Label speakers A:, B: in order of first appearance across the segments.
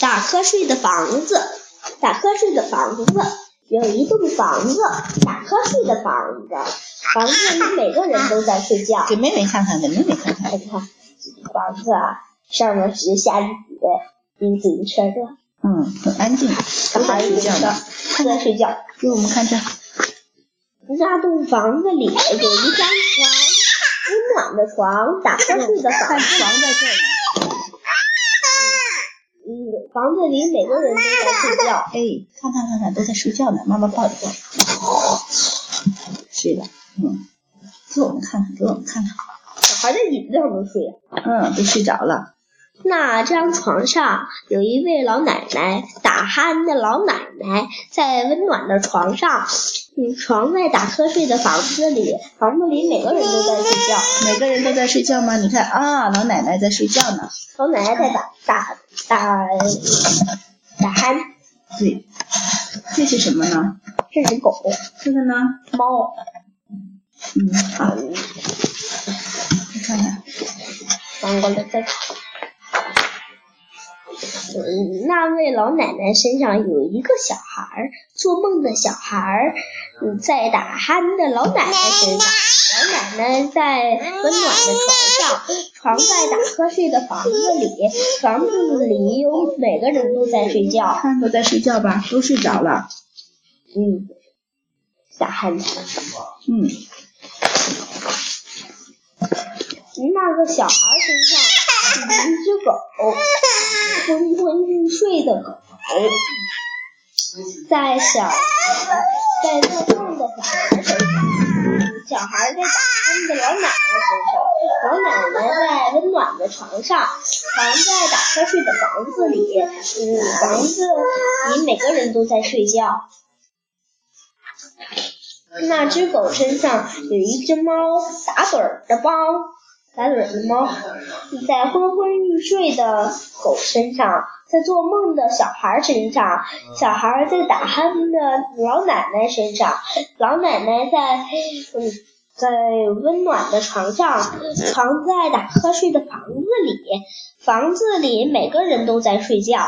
A: 打瞌睡的房子，打瞌睡的房子，有一栋房子，打瞌睡的房子，房子里每个人都在睡觉。
B: 给妹妹看看，给妹妹看看。
A: 看看房子啊，上面直下雨，你自己圈热，
B: 嗯，很安静，
A: 他
B: 都
A: 们还
B: 在
A: 有
B: 睡觉呢。
A: 都在睡觉。
B: 给我们看这，
A: 那栋房子里有一张床，温暖的床，打瞌睡的房
B: 看
A: 子。
B: 床在这儿呢。
A: 嗯，房子里每个人都在睡觉。
B: 哎，看看看看，都在睡觉呢。妈妈抱着抱着，睡了。嗯，给我们看看，给我们看看。
A: 小孩在椅子上都睡。
B: 嗯，都睡着了。
A: 那张床上有一位老奶奶，打鼾的老奶奶在温暖的床上，嗯，床在打瞌睡的房子里，房子里每个人都在睡觉。
B: 每个人都在睡觉吗？你看啊，老奶奶在睡觉呢。
A: 老奶奶在打打打打鼾，
B: 对，这是什么呢？
A: 这是狗
B: 这个呢？
A: 猫，
B: 嗯，好，你看看，
A: 翻过来再看。嗯，那位老奶奶身上有一个小孩儿，做梦的小孩儿，嗯，在打鼾的老奶奶身上，老奶奶在温暖的床上，床在打瞌睡的房子里，房子里有每个人都在睡觉。
B: 看都在睡觉吧，都睡着了。
A: 嗯，打鼾的。
B: 嗯，
A: 那个小孩身上有一只狗，昏昏欲睡的狗，在小在做梦的小孩身上，小孩在打鼾的老奶奶身上，老奶奶在温暖的床上，房在打瞌睡的房子里，嗯，房子里每个人都在睡觉。那只狗身上有一只猫，打盹儿的猫，打盹儿的猫，在昏昏欲睡的狗身上，在做梦的小孩身上，小孩在打鼾的老奶奶身上，老奶奶在嗯在温暖的床上，床在打瞌睡的房子里，房子里每个人都在睡觉。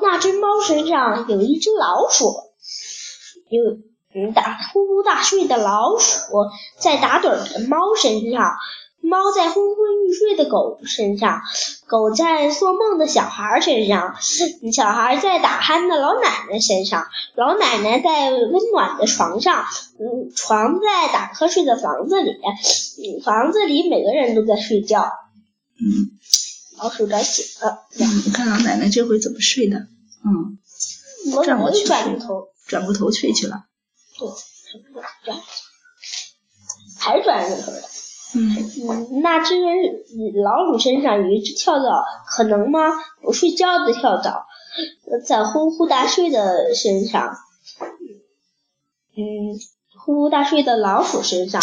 A: 那只猫身上有一只老鼠，有嗯打呼噜大睡的老鼠在打盹儿的猫身上，猫在昏昏欲睡的狗身上，狗在做梦的小孩儿身上，小孩在打鼾的老奶奶身上，老奶奶在温暖的床上，嗯，床在打瞌睡的房子里，嗯房子里每个人都在睡觉。
B: 嗯，
A: 老鼠该醒了，
B: 嗯你看老奶奶这回怎么睡的？嗯，
A: 我怎
B: 转
A: 么
B: 过
A: 会
B: 去
A: 转头？
B: 转过头睡去了。
A: 对，转，还是转过头的。
B: 嗯，
A: 嗯，那只老鼠身上有一只跳蚤，可能吗？不睡觉的跳蚤，在呼呼大睡的身上，嗯，呼呼大睡的老鼠身上，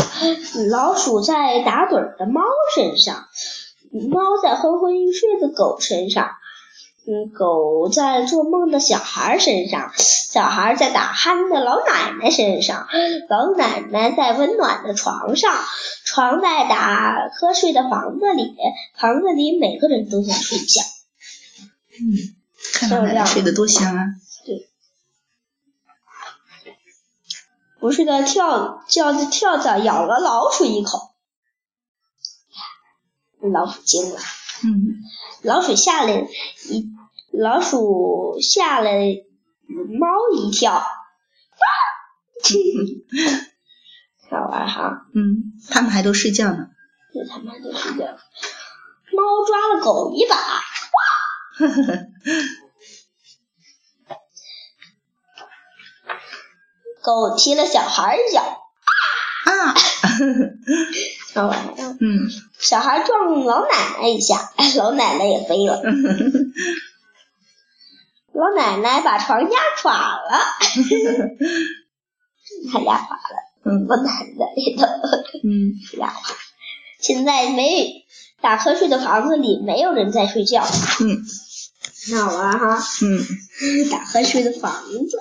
A: 老鼠在打盹儿的猫身上，猫在昏昏欲睡的狗身上，嗯，狗在做梦的小孩儿身上，小孩儿在打鼾的老奶奶身上，老奶奶在温暖的床上，床在打瞌睡的房子里，房子里每个人都在睡觉。
B: 看老奶奶睡得多香啊。
A: 不是的跳叫的跳蚤咬了老鼠一口，老鼠惊了，
B: 嗯，
A: 老鼠吓了一老鼠吓了猫一跳， 好玩哈、
B: 嗯，他们还都睡觉呢。
A: 这他妈就是这样。猫抓了狗一把， 狗踢了小孩一脚，
B: 啊，
A: 好玩儿啊
B: 嗯，
A: 小孩撞老奶奶一下， 老奶奶也飞了。老奶奶把床压垮了， 她压垮了，
B: 嗯，
A: 我奶奶里头
B: 嗯，
A: 压垮。现在没打瞌睡的房子里，没有人在睡觉。
B: 嗯，
A: 很好玩哈，
B: 嗯。
A: 打瞌睡的房子。